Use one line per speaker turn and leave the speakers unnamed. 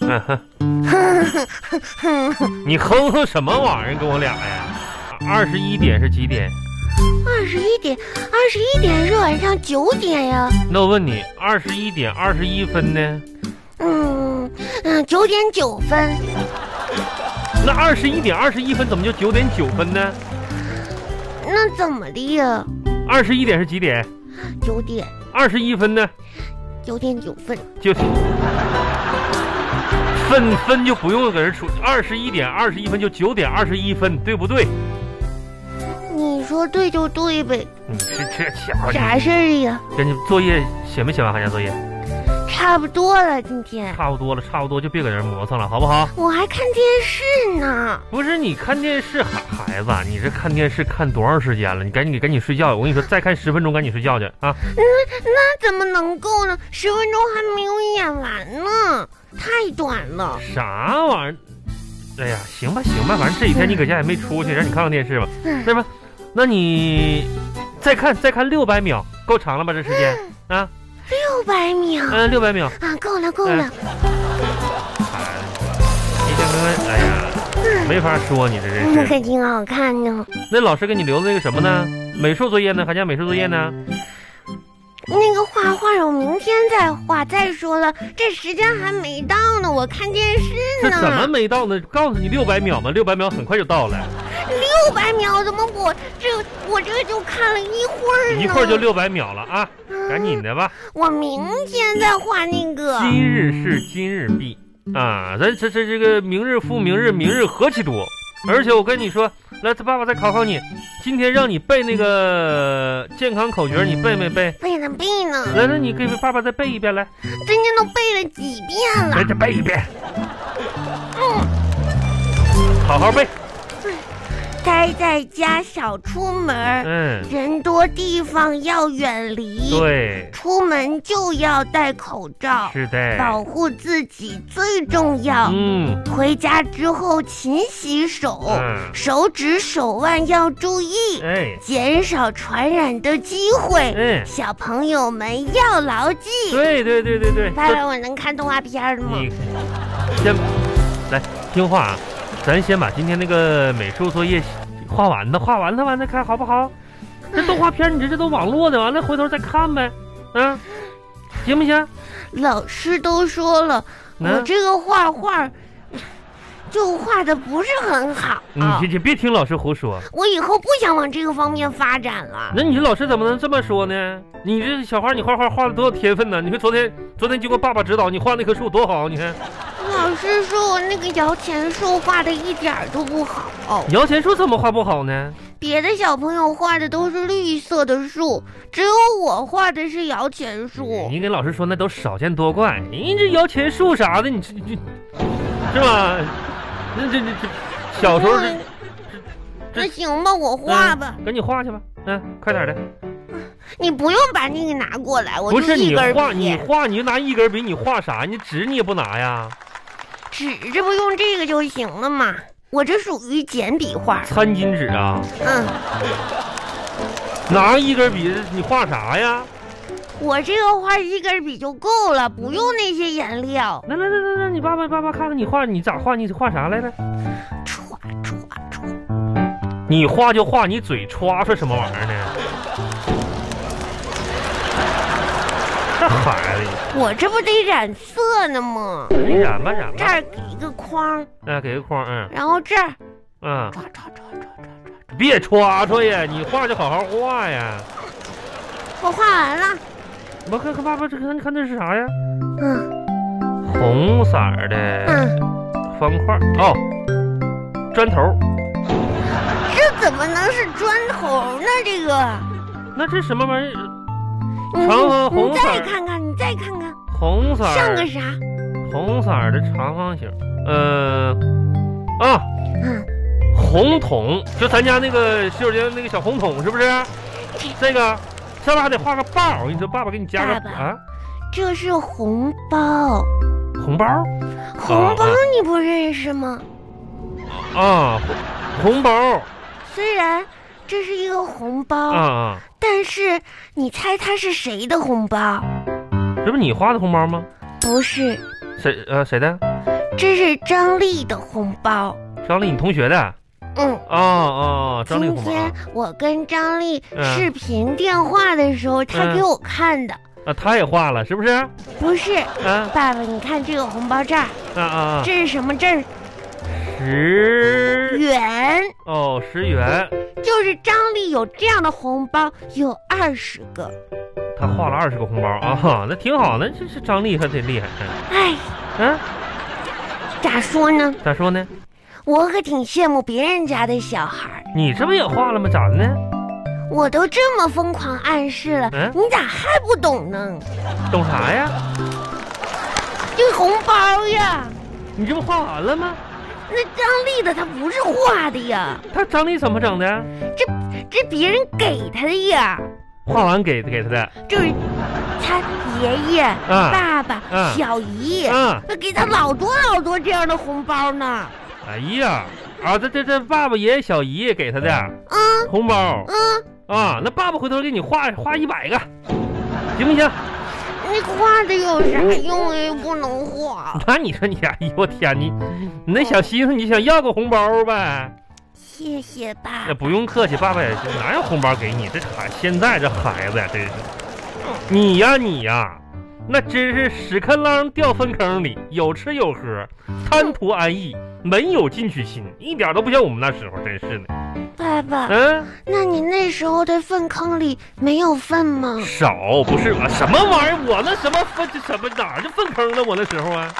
哼哼，你哼哼什么玩意儿？跟我俩呀？二十一点是几点？
二十一点，二十一点是晚上九点呀。
那我问你，二十一点二十一分呢？
嗯嗯，九点九分。
那二十一点二十一分怎么就九点九分呢？
那怎么的呀？
二十一点是几点？
九点，
二十一分呢？
九点九分。
就分分就不用搁这出，二十一点二十一分就九点二十一分，对不对？
你说对就对呗，
你是这家伙，
啥事儿呀？
人家作业写没写完寒假作业？
差不多了，今天
差不多了，差不多就别搁这磨蹭了，好不好？
我还看电视呢。
不是你看电视，孩孩子，你这看电视看多长时间了？你赶紧你赶紧睡觉，我跟你说，再看十分钟赶紧睡觉去啊！
那那怎么能够呢？十分钟还没有演完呢，太短了。
啥玩意儿？哎呀，行吧行吧，反正这几天你搁家也没出去，让你看看电视吧，
嗯
是吧？那你再看再看六百秒，够长了吧？这时间啊，
六百秒
嗯，六百秒。
啊，够了够了。
你这跟哎呀，没法说你这
嗯那
真是。
可挺好看呢。
那老师给你留的那个什么呢？美术作业呢？寒假美术作业呢？
那个画画我明天再画。再说了，这时间还没到呢，我看电视
这怎么
呢。
没到呢？告诉你六百秒嘛，六百秒很快就到了，
六百秒怎么我这我这就看了一会儿呢？
一会儿就六百秒了啊！
嗯
赶紧的吧。
我明天再画那个。
今日事今日毕啊，咱这这这个明日复明日，明日何其多。而且我跟你说，来，爸爸再考考你，今天让你背那个健康口诀，你背没背？
背呢背呢，
来，那你给爸爸再背一遍来，
今天都背了几遍了
来，。再背一遍，
嗯，
好好背。
待在家少出门，
嗯，
人多地方要远离。
对，
出门就要戴口罩，
是的。
保护自己最重要。
嗯，
回家之后勤洗手，
嗯
手指、手腕要注意，
哎，
减少传染的机会。
嗯
小朋友们要牢记。
对嗯对对对对，
爸爸，我能看动画片儿吗？
你先来听话啊，咱先把今天那个美术作业画完它，画完它完再看好不好？这动画片你这这都网络的，完了回头再看呗，啊，行不行？
老师都说了，我
嗯
这个画画就画的不是很好，
嗯
啊
你这这别听老师胡说，
我以后不想往这个方面发展了。
那你这老师怎么能这么说呢？你这小花，你画画画的多有天分呢！你说昨天昨天经过爸爸指导，你画那棵树多好，你看。
老师说我那个摇钱树画的一点儿都不好，
摇钱树怎么画不好呢？
别的小朋友画的都是绿色的树，只有我画的是摇钱树。
你给老师说那都少见多怪，你这摇钱树啥的，你这这是吧？那这这这小时候这
嗯那行吧，我画吧，
赶紧画去吧，嗯，快点的。
你不用把那个拿过来，我
不
就是一
你
根
画，你
笔。
画你就拿一根笔，你画啥？你纸你也不拿呀？
纸这不用这个就行了嘛，我这属于简笔画。
餐巾纸啊？
嗯。
拿一根笔，你画啥呀？
我这个画一根笔就够了，不用那些颜料。
来来来来来，你爸爸爸爸看看你画，你咋画？你画啥来着？
歘歘歘，
你画就画，你嘴歘出什么玩意儿呢？这孩子。
我这不得染色呢吗？
你染吧染
这
吧，
儿给一个框，
哎，给个框，嗯
然后这儿
嗯，
歘歘歘歘歘歘，
别戳戳呀，你画就好好画呀。
我画完了。
我看看爸爸这看看这是啥呀？
嗯
红色儿的
嗯，
方块哦，砖头。
这怎么能是砖头呢？这个，
那这什么玩意儿？
你
长方
你
红
你
色
再
儿
看看，你再看看，
红色
像
儿
个，啥？
红色儿的长方形，呃，啊，
嗯，
红桶，就咱家那个洗手间那个小红桶是不是？这个上面还得画个豹儿，你说爸爸给你加个
爸爸
啊
这是红包，
哦红包。
红包
啊
你不认识吗？
啊，红包
虽然这是一个红包，
啊啊，
但是你猜它是谁的红包？
这不你花的红包吗？
不是，
谁呃谁的？
这是张丽的红包。
张丽，你同学的？
嗯，
哦哦，张丽
今
红包
天
啊
我跟张丽
嗯
视频电话的时候，她
嗯
给我看的，
啊，他也画了，是不是？啊
不是
啊
爸爸，你看这个红包这儿，
啊啊！
这是什么这儿？
十
元，
哦，十元，
就是张丽有这样的红包有二十个。
他画了二十个红包啊，那挺好，那这是张丽还挺厉害。
哎，
嗯、啊，
咋说呢？
咋说呢？
我可挺羡慕别人家的小孩儿，
你这不也画了吗？咋的呢？
我都这么疯狂暗示了，
嗯
你咋还不懂呢？
懂啥呀？
这红包呀，
你这不画完了吗？
那张丽的她不是画的呀，
他张丽怎么整的？
这别人给她的呀，
画完给给他的
就是她爷爷、
啊
爸爸、
嗯
小姨，
啊！
那给她老多老多这样的红包呢。
哎呀啊，这这这爸爸、爷爷、小姨给他的
嗯
红包
嗯，
啊，那爸爸回头给你画画一百个，行不行？
那画的有啥用啊？又不能画。
那你说你呀，哎呦我天，你你那小心思，你想要个红包呗？
谢谢爸
那，不用客气，爸爸也是哪有红包给你？这孩现在这孩子呀，真是你呀你呀，那真是屎壳郎掉粪坑里，有吃有喝，贪图安逸，没有进取心，一点都不像我们那时候，真是的。
爸爸，
嗯，
那你那时候的粪坑里没有粪吗？
少不是吧？什么玩意儿？我那什么粪这什么哪儿就粪坑了？我那时候啊，